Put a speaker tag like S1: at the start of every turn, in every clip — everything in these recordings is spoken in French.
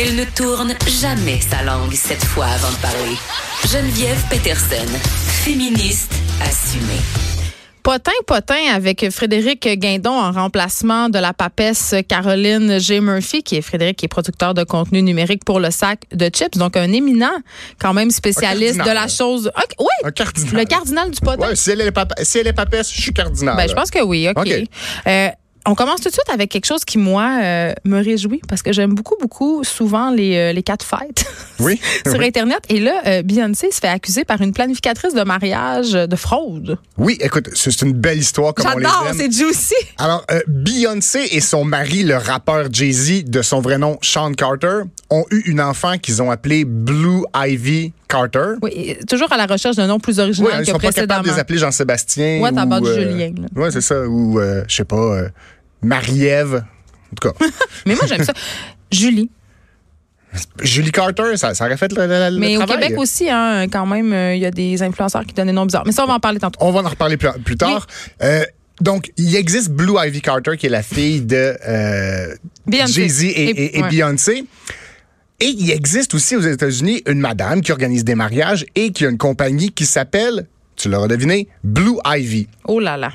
S1: Elle ne tourne jamais sa langue cette fois avant de parler. Geneviève Peterson, féministe assumée.
S2: Potin, potin avec Frédéric Guindon en remplacement de la papesse Caroline G. Murphy, qui est Frédéric, qui est producteur de contenu numérique pour le sac de chips. Donc, un éminent, quand même, spécialiste de
S3: Un cardinal.
S2: la chose. Ok, oui,
S3: Un cardinal.
S2: le cardinal du potin.
S3: Ouais, si elle est, papa, si elle est papesse, je suis cardinal.
S2: Ben, je pense que oui, OK.
S3: OK.
S2: Euh, on commence tout de suite avec quelque chose qui, moi, euh, me réjouit parce que j'aime beaucoup, beaucoup souvent les, euh, les quatre fêtes
S3: Oui.
S2: sur
S3: oui.
S2: Internet. Et là, euh, Beyoncé se fait accuser par une planificatrice de mariage euh, de fraude.
S3: Oui, écoute, c'est c'est une belle histoire comme on les
S2: J'adore,
S3: aime.
S2: c'est juicy.
S3: Alors, euh, Beyoncé et son mari, le rappeur Jay-Z, de son vrai nom Sean Carter, ont eu une enfant qu'ils ont appelée Blue Ivy Carter.
S2: Oui, et toujours à la recherche d'un nom plus original
S3: Ouais, ils
S2: que
S3: sont pas
S2: précédemment.
S3: capables de les appeler Jean-Sébastien.
S2: What
S3: ou, euh,
S2: about Julien, là?
S3: Ouais, c'est ça. Ou, euh, je sais pas, euh, Marie-Ève. En tout cas,
S2: Mais moi, j'aime ça. Julie.
S3: Julie Carter, ça, ça aurait fait le, le- le
S2: Mais au
S3: travail.
S2: Québec aussi, hein, quand même, euh, il y a des influenceurs qui donnent des noms bizarres. Mais ça, on va en parler tantôt.
S3: On va en reparler plus, plus tard. Euh, donc, il existe Blue Ivy Carter, qui est la fille de euh,
S2: Beyoncé.
S3: Jay-Z et,
S2: Et-
S3: et- et
S2: ouais.
S3: Beyoncé. Et il existe aussi aux États-Unis une madame qui organise des mariages et qui a une compagnie qui s'appelle, tu l'auras deviné, Blue Ivy.
S2: Oh là là.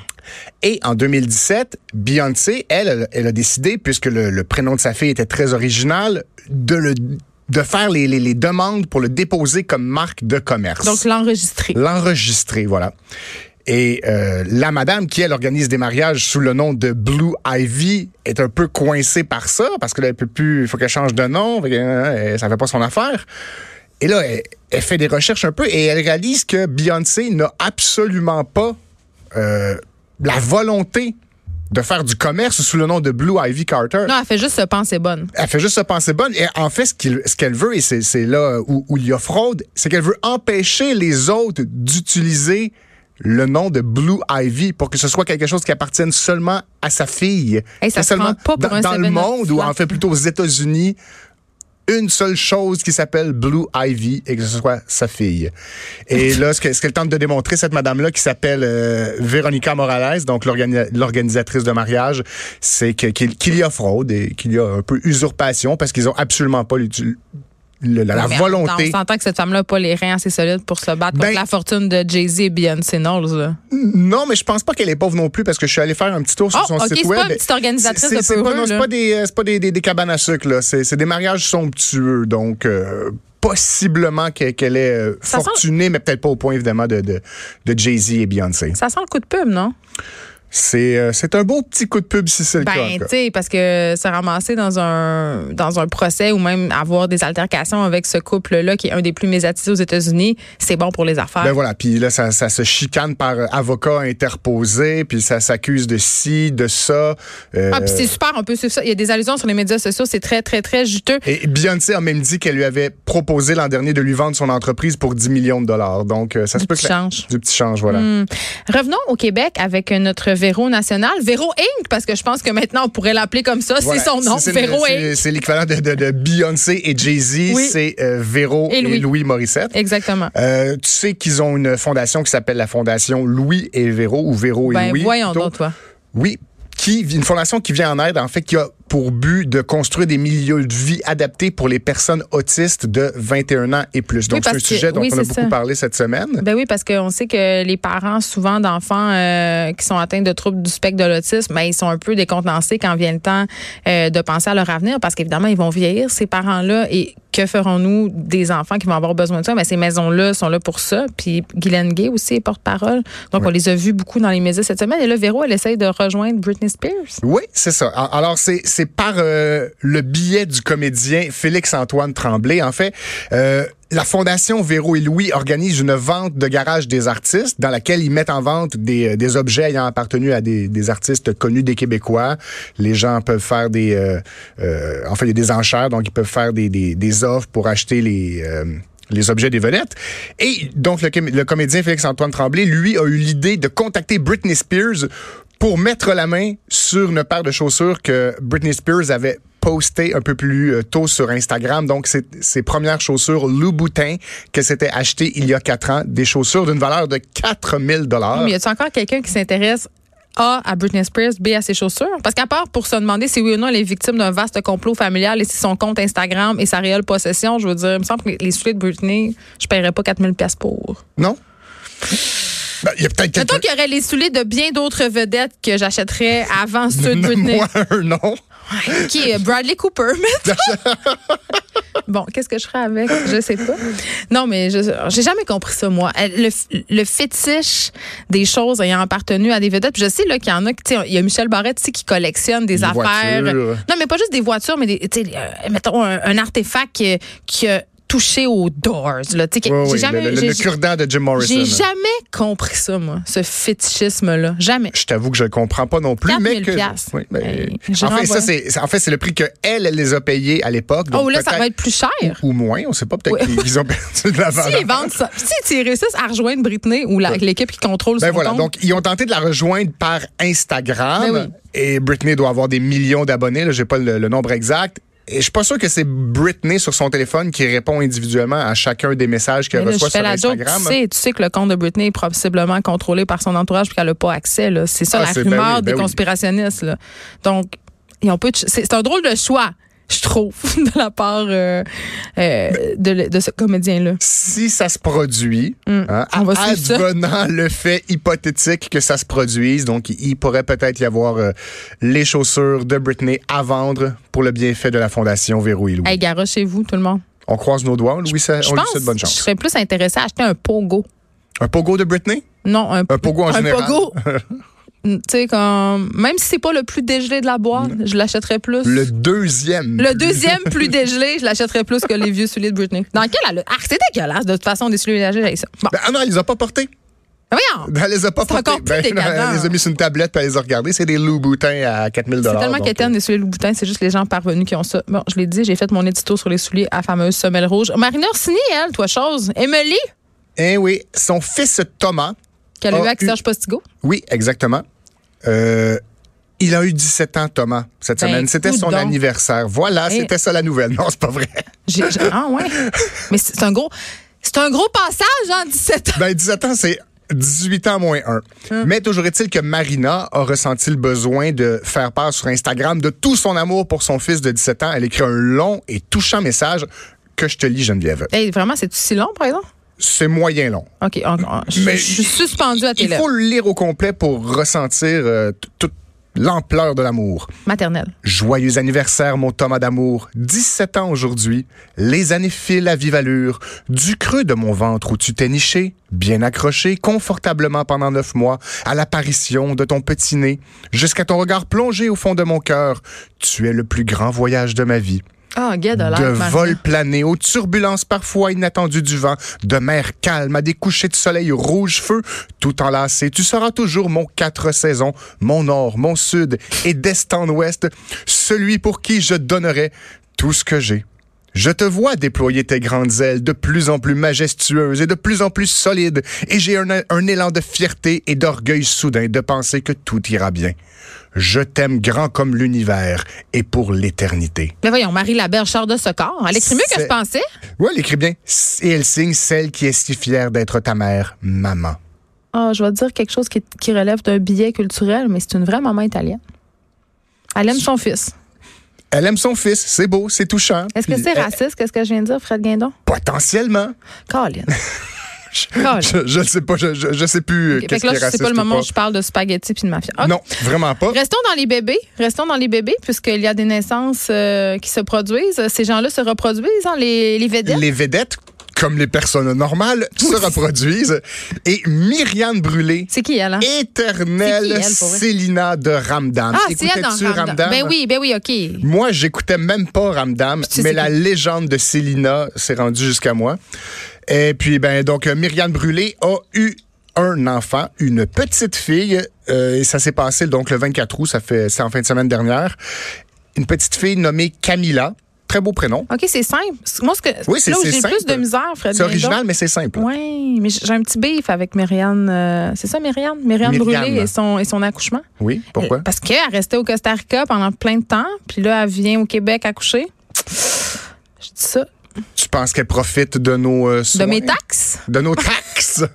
S3: Et en 2017, Beyoncé, elle, elle, elle a décidé, puisque le, le prénom de sa fille était très original, de, le, de faire les, les- les demandes pour le déposer comme marque de commerce
S2: Donc,
S3: Euh.
S2: l'enregistrer.
S3: l'enregistrer, voilà. Et euh, la madame qui, elle, organise des mariages sous le nom de Blue Ivy est un peu coincée par ça, parce que là, elle peut plus, il faut qu'elle change de nom, fait que, euh, elle- ça fait pas son affaire. Et là, elle, elle fait des recherches un peu et elle réalise que Beyoncé n'a absolument pas euh, la volonté de faire du commerce sous le nom de Blue Ivy Carter.
S2: Non, elle fait juste se penser bonne.
S3: Elle fait juste se penser bonne. Et en fait, ce qu'il- ce qu'elle veut, et c'est c'est là où, où il y a fraude, c'est qu'elle veut empêcher les autres d'utiliser le nom de Blue Ivy pour que ce soit quelque chose qui appartienne seulement à sa fille.
S2: Hey, ça
S3: Et
S2: se
S3: seulement
S2: prend pas pour
S3: dans,
S2: un
S3: dans le
S2: 7-Up
S3: monde ou en
S2: flat.
S3: fait plutôt aux États-Unis une seule chose qui s'appelle Blue Ivy et que ce soit sa fille. Et là, ce que- ce qu'elle tente de démontrer, cette madame-là qui s'appelle euh, Véronica Morales, donc l'organi- l'organisatrice de mariage, c'est que- qu'il qu'il y a fraude et qu'il y a un peu usurpation parce qu'ils ont absolument pas l'utu- le- la, la
S2: Mais
S3: volonté.
S2: On s'entend que cette femme-là n'a pas les reins assez solides pour se battre
S3: Ben-
S2: contre la fortune de Jay-Z et Beyoncé Knowles. là.
S3: Non, mais je pense pas qu'elle est pauvre non plus parce que je suis allé faire un petit tour sur
S2: Oh,
S3: son
S2: ok, c'est
S3: site
S2: pas
S3: web.
S2: une petite organisatrice
S3: C'est-
S2: de
S3: c'est pas,
S2: peureux,
S3: non, c'est
S2: là.
S3: pas des, euh, c'est pas des, des- des cabanes à sucre là. C'est c'est des mariages somptueux, donc euh, possiblement que- qu'elle est euh,
S2: Ça sent-
S3: fortunée, mais peut-être pas au point évidemment de, de, de Jay Z et Beyoncé.
S2: Ça sent le coup de pub, non?
S3: C'est euh, c'est un beau petit coup de pub si c'est le cas.
S2: Ben,
S3: quoi.
S2: tu sais, parce que se ramasser dans un, dans un procès ou même avoir des altercations avec ce couple-là, qui est un des plus médiatisés aux États-Unis, c'est bon pour les affaires.
S3: Ben voilà, puis là, ça, ça se chicane par euh, avocat interposé, puis ça s'accuse de ci, de ça. euh,
S2: Ah, puis c'est super, on peut suivre ça. Il y a des allusions sur les médias sociaux, c'est très, très, très juteux.
S3: Et Beyoncé a même dit qu'elle lui avait proposé l'an dernier de lui vendre son entreprise pour 10 millions de dollars. Donc, euh, ça se peut
S2: petit
S3: que la-
S2: change. Hmm.
S3: Du petit change, voilà.
S2: Revenons au Québec avec notre Véro national, Véro Inc., parce que je pense que maintenant, on pourrait l'appeler comme ça.
S3: Voilà.
S2: C'est son nom,
S3: C'est- c'est-
S2: Véro Inc.
S3: C'est c'est l'équivalent de, de- de Beyoncé et Jay-Z.
S2: Oui.
S3: C'est euh, Véro
S2: Et
S3: et
S2: Louis.
S3: Louis, Morissette.
S2: Exactement.
S3: Euh, tu sais qu'ils ont une fondation qui s'appelle la Fondation Louis et Véro, ou Véro et
S2: Ben,
S3: Louis.
S2: voyons
S3: plutôt.
S2: donc, toi.
S3: Oui, qui, une fondation qui vient en aide, en fait, qui a pour but de construire des milieux de vie adaptés pour les personnes autistes de 21 ans et plus. Donc, c'est
S2: parce
S3: un
S2: que-
S3: sujet dont
S2: oui,
S3: on a
S2: c'est
S3: beaucoup
S2: ça.
S3: parlé cette semaine.
S2: Ben oui, parce qu'on sait que les parents, souvent d'enfants euh, qui sont atteints de troubles du spectre de l'autisme, ben, ils sont un peu décontenancés quand vient le temps euh, de penser à leur avenir, parce qu'évidemment, ils vont vieillir, ces parents-là, et que ferons-nous des enfants qui vont avoir besoin de ça? Ben, ces maisons-là sont là pour ça. Puis Guylaine Gay aussi est porte-parole. Donc, on les a vus beaucoup dans les médias cette semaine. Et là, Véro, elle essaye de rejoindre Britney Spears.
S3: Oui, c'est ça. A- Alors, c'est c'est par euh, le biais du comédien Félix-Antoine Tremblay, en fait. Euh, la Fondation Véro et Louis organise une vente de garage des artistes dans laquelle ils mettent en vente des, euh, des objets ayant appartenu à des, des artistes connus des Québécois. Les gens peuvent faire des... euh, euh, en fait, il y a des enchères, donc ils peuvent faire des, des, des offres pour acheter les... euh, les objets des vedettes. Et donc, le, com- le comédien Félix-Antoine Tremblay, lui, a eu l'idée de contacter Britney Spears pour mettre la main sur une paire de chaussures que Britney Spears avait posté un peu plus euh, tôt sur Instagram. Donc, c'est ses premières chaussures Louboutin qu'elle s'était achetées il y a quatre ans. Des chaussures d'une valeur de 4000 dollars.
S2: Mais y a-t-il encore quelqu'un qui s'intéresse A à Britney Spears, B à ses chaussures? Parce qu'à part pour se demander si oui ou non elle est victime d'un vaste complot familial et si son compte Instagram et sa réelle possession, je veux dire, il me semble que les souliers de Britney, je paierais pas 4000 pièces pour.
S3: Non? Ben, Il y a peut-être
S2: Mettons
S3: quelqu'un...
S2: qu'il y aurait les souliers de bien d'autres vedettes que j'achèterais avant ceux de Britney.
S3: Moi, un nom.
S2: Qui est Bradley Cooper, mettons. bon, qu'est-ce que je ferais avec? Je sais pas. Non, mais je j'ai jamais compris ça, moi. Euh, Le, f- le fétiche des choses ayant appartenu à des vedettes. Puis Je sais là qu'il y en a, qui- tu sais, il y a Michel Barrette tu sais, qui collectionne des
S3: Des
S2: affaires.
S3: voitures.
S2: Non, mais pas juste des voitures, mais des, tu sais, euh, mettons un, un artefact qui, qui a touché aux doors. Là, tu sais, que
S3: Oui,
S2: j'ai
S3: oui,
S2: jamais,
S3: le, le-
S2: j'ai-
S3: le cure-dent de Jim Morrison.
S2: j'ai jamais compris ça, moi, ce fétichisme-là. Jamais.
S3: Je t'avoue que je ne comprends pas non plus,
S2: 4 000
S3: mais que.
S2: piastes.
S3: Oui, mais-
S2: Hey, je
S3: en fait,
S2: renvoie.
S3: ça, c'est, c'est- en fait, c'est le prix que elle, elle les a payés à l'époque. donc
S2: Oh, là, ça
S3: peut-être-
S2: va être plus cher.
S3: Ou moins, on ne sait pas. Peut-être
S2: Oui.
S3: qu'ils- qu'ils ont perdu de la valeur.
S2: Si ils vendent ça, si ils réussissent à rejoindre Britney ou la- l'équipe qui contrôle
S3: Ben
S2: son
S3: voilà,
S2: compte,
S3: donc ils ont tenté de la rejoindre par Instagram.
S2: Ben oui.
S3: Et Britney doit avoir des millions d'abonnés, là, j'ai pas le, le nombre exact. Et je suis pas sûr que c'est Britney sur son téléphone qui répond individuellement à chacun des messages
S2: mais
S3: qu'elle
S2: ben là, je
S3: euh, reçoit
S2: fais
S3: sur
S2: la joke.
S3: Instagram.
S2: Tu sais, tu sais que le compte de Britney est possiblement contrôlé par son entourage puis qu'elle n'a pas accès. là. C'est ça
S3: Ah,
S2: la
S3: c'est-
S2: rumeur
S3: ben oui, ben
S2: des
S3: oui.
S2: conspirationnistes. là. Donc, ils ont peu de ch- c'est c'est un drôle de choix, je trouve, de la part euh, euh, de, le- de ce comédien-là.
S3: si ça se produit, hein,
S2: Mm. on va suivre ça.
S3: advenant le fait hypothétique que ça se produise, donc il pourrait peut-être y avoir euh, les chaussures de Britney à vendre pour le bienfait de la Fondation Véro et Louis.
S2: Hey, Gara, chez vous, tout le monde.
S3: On croise nos doigts, Louis, ça-
S2: Je
S3: on lui
S2: pense
S3: souhaite bonne
S2: que je
S3: chance.
S2: serais plus intéressée à acheter un pogo.
S3: Un pogo de Britney?
S2: Non, un,
S3: Un pogo en général.
S2: pogo. tu sais, comme, même si c'est pas le plus dégelé de la boîte, je l'achèterais plus.
S3: Le deuxième.
S2: Le deuxième plus dégelé, je l'achèterais plus que les vieux souliers de Britney. Dans quel elle a- Ah, c'est dégueulasse. De toute façon, des souliers dégelés, j'ai ça. Bon,
S3: Ben, ah non, elle les a pas portés.
S2: Ben voyons.
S3: Elle les a pas
S2: C'est encore
S3: portés.
S2: plus
S3: non,
S2: décadent.
S3: elle les a mis sur une tablette puis elle les a regardés. C'est des loups boutins à 4000
S2: C'est tellement
S3: donc,
S2: quétaine,
S3: euh,
S2: les souliers Louboutin, c'est juste les gens parvenus qui ont ça. Bon, je l'ai dit, j'ai fait mon édito sur les souliers à fameuse semelle rouge. Marina Orsini, elle, toi, chose. Emily,
S3: Eh oui, son fils Thomas.
S2: qu'elle a eu
S3: Ah,
S2: avec
S3: eu-
S2: Serge Postigo.
S3: Oui, exactement. Euh, il a eu 17 ans, Thomas, cette
S2: Ben,
S3: semaine. C'était son
S2: coudonc.
S3: anniversaire. Voilà,
S2: Eh.
S3: c'était ça la nouvelle. Non, c'est pas vrai.
S2: J'ai- j'ai- Ah, ouais. Mais c'est c'est un gros. C'est un gros passage, en 17 ans.
S3: Ben, 17 ans, c'est 18 ans moins 1.
S2: Hein.
S3: Mais toujours est-il que Marina a ressenti le besoin de faire part sur Instagram de tout son amour pour son fils de 17 ans. Elle écrit un long et touchant message que je te lis, Geneviève.
S2: Hey, vraiment, c'est-tu si long, par exemple?
S3: C'est moyen long.
S2: OK, on- on- je
S3: Mais
S2: je suis suspendue à tes
S3: Il
S2: lèvres.
S3: faut le lire au complet pour ressentir euh, t- toute l'ampleur de l'amour.
S2: Maternelle.
S3: Joyeux anniversaire, mon Thomas d'amour. 17 ans aujourd'hui. Les années filent à vive allure. Du creux de mon ventre où tu t'es niché, bien accroché, confortablement pendant neuf mois, à l'apparition de ton petit nez, jusqu'à ton regard plongé au fond de mon cœur. Tu es le plus grand voyage de ma vie.
S2: Ah, oh, gars de l'air.
S3: De
S2: Marina.
S3: vol plané aux turbulences parfois inattendues du vent, de mer calme à des couchers de soleil rouge feu, tout enlacé, tu seras toujours mon quatre saisons, mon nord, mon sud et d'est en ouest, celui pour qui je donnerai tout ce que j'ai. Je te vois déployer tes grandes ailes de plus en plus majestueuses et de plus en plus solides, et j'ai un, un élan de fierté et d'orgueil soudain de penser que tout ira bien. Je t'aime grand comme l'univers et pour l'éternité.
S2: Mais voyons, Marie Laberge sort de ce corps. Elle écrit mieux que
S3: C'est-
S2: je pensais.
S3: Oui, elle écrit bien. Et elle signe celle qui est si fière d'être ta mère, maman.
S2: Ah, je vais te dire quelque chose qui, qui relève d'un billet culturel, mais c'est une vraie maman italienne. Elle aime son fils.
S3: Elle aime son fils, c'est beau, c'est touchant.
S2: Est-ce que
S3: Puis,
S2: c'est
S3: euh,
S2: raciste, qu'est-ce que je viens de dire, Fred Guindon?
S3: Potentiellement.
S2: Colin. Colin.
S3: Je je ne sais pas, je, je, je sais plus euh,
S2: Ok, Fait
S3: qu'est-ce
S2: que là,
S3: qui est
S2: c'est
S3: raciste
S2: pas le
S3: ou
S2: moment
S3: pas.
S2: où je Ah. parle de spaghetti puis de mafia. Ok.
S3: Non, vraiment pas.
S2: Restons dans les bébés. Restons dans les bébés, puisqu'il y a des naissances euh, qui se produisent. Ces gens-là se reproduisent, hein, les, les vedettes.
S3: Les vedettes comme les personnes normales, se reproduisent. Et Myriane Brûlé,
S2: C'est qui, elle? hein? C'est qui,
S3: éternelle
S2: elle, pour vrai?
S3: Célina de Ramdam.
S2: Ah, c'est elle dans
S3: Écoutais-tu
S2: Ramdam. Ben oui, ben oui, OK.
S3: Moi, j'écoutais même pas Ramdam,
S2: sais
S3: mais
S2: c'est
S3: la légende de Célina s'est rendue jusqu'à moi. Et puis, ben, donc, euh, Myriane Brûlé a eu un enfant, une petite fille, euh, et ça s'est passé donc le 24 août, ça fait, c'est en fin de semaine dernière. Une petite fille nommée Camilla. Très beau prénom.
S2: OK, c'est simple. Moi, ce que,
S3: Oui, c'est-
S2: là où
S3: c'est
S2: j'ai le
S3: simple.
S2: plus de misère, Fred.
S3: C'est original, mais c'est simple.
S2: Oui, mais j'ai un petit bif avec Myriane. euh, c'est ça, Myriane? Myriane
S3: Myriane.
S2: Brûlé et son, et son accouchement.
S3: Oui, pourquoi?
S2: Euh, Parce qu'elle restait au Costa Rica pendant plein de temps, puis là, elle vient au Québec accoucher. Je dis ça.
S3: Tu penses qu'elle profite de nos euh,
S2: De
S3: soins?
S2: mes taxes?
S3: De nos taxes.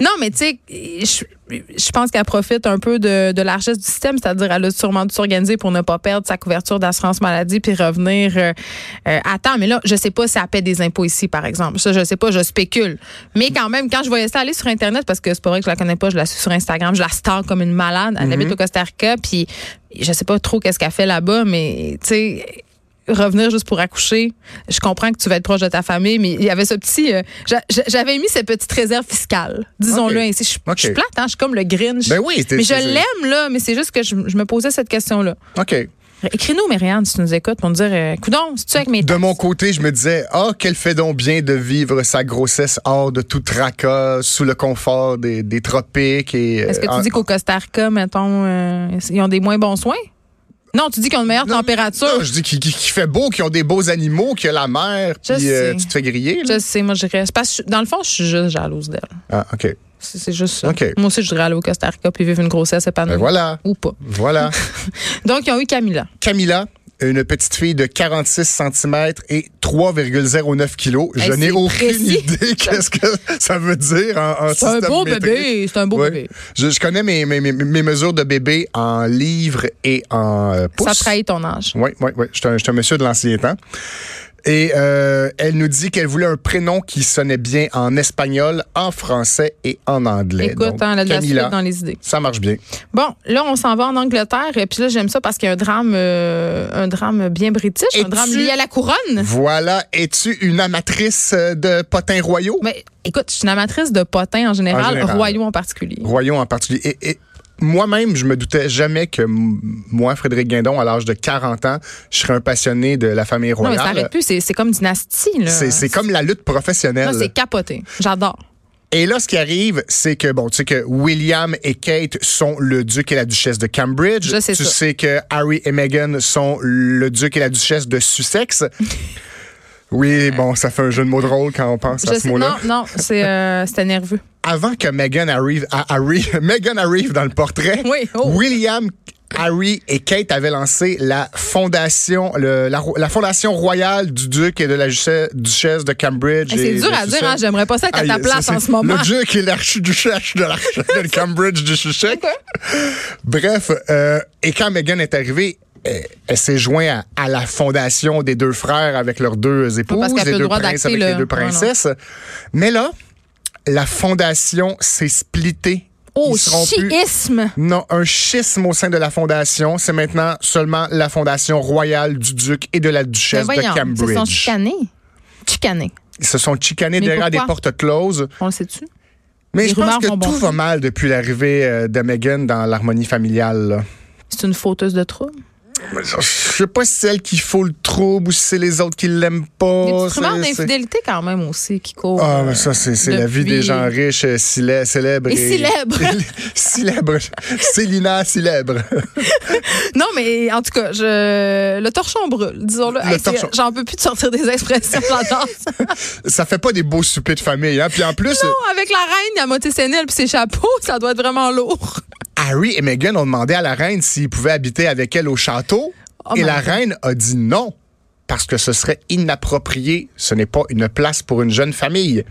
S2: Non, mais tu sais, je, je pense qu'elle profite un peu de, de la largesse du système, c'est-à-dire elle a sûrement dû s'organiser pour ne pas perdre sa couverture d'assurance maladie puis revenir euh, euh, à temps. Mais là, je sais pas si elle paie des impôts ici, par exemple. Ça, je sais pas, je spécule. Mais quand même, quand je voyais ça aller sur Internet, parce que c'est pas vrai que je la connais pas, je la suis sur Instagram, je la star comme une malade. Elle habite au Costa Rica, puis je sais pas trop qu'est-ce qu'elle fait là-bas, mais tu sais revenir juste pour accoucher. Je comprends que tu vas être proche de ta famille, mais il y avait ce petit. euh, j'a- j'a- J'avais mis cette petite réserve fiscale, disons-le
S3: Ok.
S2: ainsi. Je suis-
S3: Ok.
S2: je suis plate, hein, je suis comme le Grinch.
S3: Ben oui, t'es-
S2: mais je
S3: c'est-
S2: l'aime, là, mais c'est juste que je, je me posais cette question-là.
S3: OK.
S2: Écris-nous, Marianne, si tu nous écoutes, pour nous dire euh, Coudon, si tu avec mes.
S3: De mon côté, je me disais, ah, qu'elle fait donc bien de vivre sa grossesse hors de tout tracas, sous le confort des, des tropiques et.
S2: Est-ce que tu
S3: euh,
S2: dis qu'au Costa Rica, mettons, euh, ils ont des moins bons soins? Non, tu dis qu'ils ont une meilleure température.
S3: Non, je dis qu'il qu'il- qu'il fait beau, qu'ils ont des beaux animaux, qu'il y a la mer,
S2: Je
S3: puis euh,
S2: sais.
S3: tu te fais griller. là.
S2: Je sais, moi, je reste. Parce que je- dans le fond, je suis juste jalouse d'elle.
S3: Ah, OK.
S2: C'est c'est juste ça.
S3: Ok.
S2: Moi aussi, je voudrais aller au Costa Rica puis vivre une grossesse épanouie.
S3: Ben voilà.
S2: Ou pas.
S3: Voilà.
S2: Donc, ils ont eu Camilla.
S3: Camilla, une petite fille de 46 cm et 3,09 kg. Je
S2: Hey,
S3: n'ai
S2: c'est
S3: aucune
S2: précis.
S3: idée qu'est-ce que ça veut dire en, en
S2: C'est un
S3: système
S2: beau
S3: métrique.
S2: bébé, c'est un beau
S3: Ouais.
S2: bébé.
S3: Je, je connais mes, mes, mes, mes mesures de bébé en livres et en euh, pouces.
S2: Ça trahit ton âge.
S3: Oui, oui, oui. Je suis un- je suis un monsieur de l'ancien temps. Et euh, elle nous dit qu'elle voulait un prénom qui sonnait bien en espagnol, en français et en anglais.
S2: Écoute,
S3: Donc,
S2: hein, là, de la
S3: Camilla,
S2: suite dans les idées.
S3: Ça marche bien.
S2: Bon, là, on s'en va en Angleterre. Et puis là, j'aime ça parce qu'il y a un drame, euh, un drame bien british,
S3: Et
S2: un drame
S3: tu-
S2: lié à la couronne.
S3: Voilà. Es-tu une amatrice euh, de potins royaux?
S2: Mais écoute, je suis une amatrice de potins en général,
S3: En général.
S2: royaux en particulier.
S3: Royaux en particulier. Et, et moi-même, je me doutais jamais que m- moi, Frédéric Guindon, à l'âge de 40 ans, je serais un passionné de la famille
S2: Non, mais
S3: royale.
S2: ça arrête plus. C'est c'est comme dynastie, là.
S3: C'est- c'est comme la lutte
S2: Moi,
S3: professionnelle.
S2: c'est capoté. J'adore.
S3: Et là, ce qui arrive, c'est que, bon, tu sais que William et Kate sont le duc et la duchesse de Cambridge.
S2: Je sais
S3: tu
S2: ça.
S3: sais que Harry et Meghan sont le duc et la duchesse de Sussex. oui, bon, ça fait un jeu de mots drôle quand on pense à
S2: Je
S3: ce
S2: sais-
S3: mot-là.
S2: non, non, c'est, euh, c'était nerveux.
S3: Avant que Meghan arrive, à Harry, Meghan arrive dans le portrait,
S2: Oui, oh.
S3: William, Harry et Kate avaient lancé la fondation, le- la, ro- la fondation royale du duc et de la duchesse, duchesse de Cambridge.
S2: Hey, c'est
S3: et
S2: dur
S3: de
S2: à dire,
S3: Sussex.
S2: hein, j'aimerais pas ça être à
S3: Aïe,
S2: ta
S3: ça,
S2: place
S3: c'est
S2: en ce moment.
S3: Le Dieu qui est l'archiduchesse de, la, de Cambridge du Sussex. Bref, euh, et quand Meghan est arrivée, elle, elle s'est jointe à, à la fondation des deux frères avec leurs deux épouses,
S2: parce qu'elle a plus
S3: les
S2: le
S3: deux
S2: droit
S3: princes
S2: d'acter,
S3: avec
S2: là.
S3: les deux
S2: Ouais, non.
S3: princesses. Mais là, la fondation s'est splittée.
S2: Oh,
S3: Ils seront plus-
S2: chiisme!
S3: non, un schisme au sein de la fondation. C'est maintenant seulement la fondation royale du duc et de la
S2: Mais
S3: duchesse
S2: voyons,
S3: de
S2: ils se sont
S3: Cambridge.
S2: chicanés. Chicanés.
S3: Ils se sont chicanés
S2: Mais
S3: derrière des
S2: pourquoi?
S3: portes closes.
S2: On le sait-tu?
S3: Mais
S2: Les
S3: je pense
S2: rumeurs
S3: que
S2: vont
S3: tout
S2: bon
S3: va mal depuis l'arrivée euh, de Meghan dans l'harmonie familiale. là.
S2: C'est une fauteuse de trouble.
S3: Je sais pas si c'est elle qui fout le trouble ou si c'est les autres qui l'aiment pas.
S2: Des petites
S3: Oh, c'est-
S2: rumeurs
S3: c'est-
S2: d'infidélité quand même aussi qui courent.
S3: Ah, mais ça, c'est c'est la vie
S2: Depuis-
S3: des gens riches, euh, célè- célèbres.
S2: Et célèbres.
S3: célèbres. Célina célèbre.
S2: Non, mais en tout cas, je... le torchon brûle, disons-le.
S3: Le
S2: c'est-
S3: torchon.
S2: J'en peux plus de sortir des expressions j'adore ça.
S3: Ça fait pas des beaux soupers de famille. Hein? Puis en plus,
S2: Non, avec la reine, la moitié sénile puis ses chapeaux, ça doit être vraiment lourd.
S3: Harry et Meghan ont demandé à la reine s'ils pouvaient habiter avec elle au château.
S2: Oh
S3: et
S2: my
S3: la
S2: God.
S3: reine a dit non, parce que ce serait inapproprié. Ce n'est pas une place pour une jeune famille.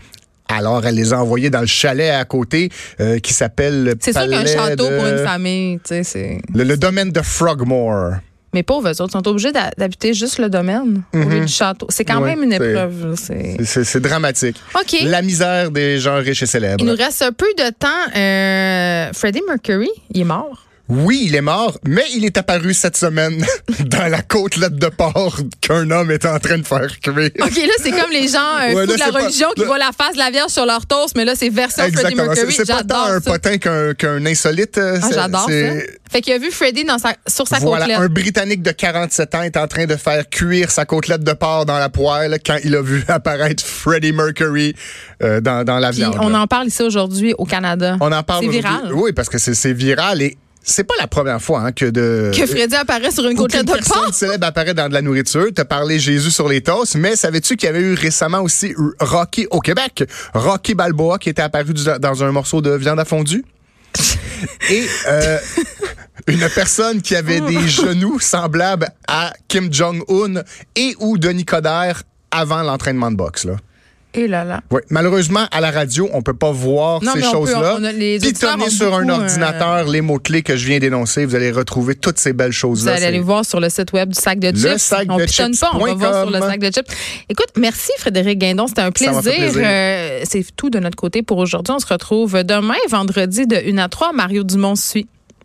S3: Alors, elle les a envoyés dans le chalet à côté euh, qui s'appelle le
S2: C'est sûr qu'un
S3: palais
S2: château
S3: de-
S2: pour une famille, tu sais, c'est.
S3: Le, le domaine de Frogmore.
S2: Mais pauvres, eux autres, ils sont obligés d'ha- d'habiter juste le domaine au lieu du château. C'est quand
S3: Mhm. Ouais,
S2: même une
S3: c'est-
S2: épreuve. là, C'est.
S3: C'est c'est dramatique.
S2: OK.
S3: La misère des gens riches et
S2: Il nous
S3: célèbres.
S2: reste un peu de temps. Euh, Freddie Mercury, il est mort.
S3: Oui, il est mort, mais il est apparu cette semaine dans la côtelette de porc qu'un homme est en train de faire cuire.
S2: OK, là, c'est comme les gens euh,
S3: Ouais,
S2: fous
S3: là,
S2: de la
S3: c'est pas-
S2: religion qui
S3: là-
S2: voient la face de la Vierge sur leur toast, mais là, c'est version Freddie
S3: Exactement. C'est
S2: Mercury.
S3: c'est pas tant
S2: J'adore
S3: un
S2: ça.
S3: potin qu'un qu'un insolite. euh,
S2: Ah,
S3: c'est-
S2: j'adore ça.
S3: c'est-
S2: Fait qu'il a vu Freddie dans sa, sur sa
S3: Voilà,
S2: côtelette.
S3: un Britannique de 47 ans est en train de faire cuire sa côtelette de porc dans la poêle quand il a vu apparaître Freddie Mercury euh, dans, dans la
S2: Puis
S3: viande.
S2: on en parle ici aujourd'hui au Canada.
S3: On en parle
S2: C'est
S3: aujourd'hui.
S2: viral.
S3: Oui, parce que c'est- c'est viral et c'est pas la première fois hein, que de...
S2: Que Freddie apparaît sur une
S3: Aucune
S2: côtelette de
S3: personne
S2: porc.
S3: célèbre apparaît dans de la nourriture. T'as parlé Jésus sur les toasts, mais savais-tu qu'il y avait eu récemment aussi Rocky au Québec? Rocky Balboa qui était apparu du- dans un morceau de viande à fondue? Et euh, une personne qui avait des genoux semblables à Kim Jong-un et ou Denis Coderre avant l'entraînement de boxe. Là.
S2: Et là là.
S3: Ouais. Malheureusement, à la radio, on peut pas voir
S2: Non,
S3: ces
S2: mais on peut,
S3: choses-là.
S2: on a- les auditeurs
S3: Pitonnez
S2: ont
S3: sur un
S2: beaucoup, euh,
S3: ordinateur les mots-clés que je viens d'énoncer. Vous allez retrouver toutes ces belles
S2: Vous
S3: choses-là.
S2: allez
S3: C'est-
S2: aller voir sur le site web du sac de
S3: Le
S2: chips.
S3: sac
S2: on
S3: de
S2: pitonne
S3: chips
S2: pas, on va
S3: point
S2: voir sur le
S3: com.
S2: sac de chips. Écoute, merci Frédéric Guindon, c'était un
S3: Ça
S2: plaisir.
S3: m'a fait plaisir.
S2: Euh, c'est tout de notre côté pour aujourd'hui. On se retrouve demain, vendredi de 1 à 3. Mario Dumont suit.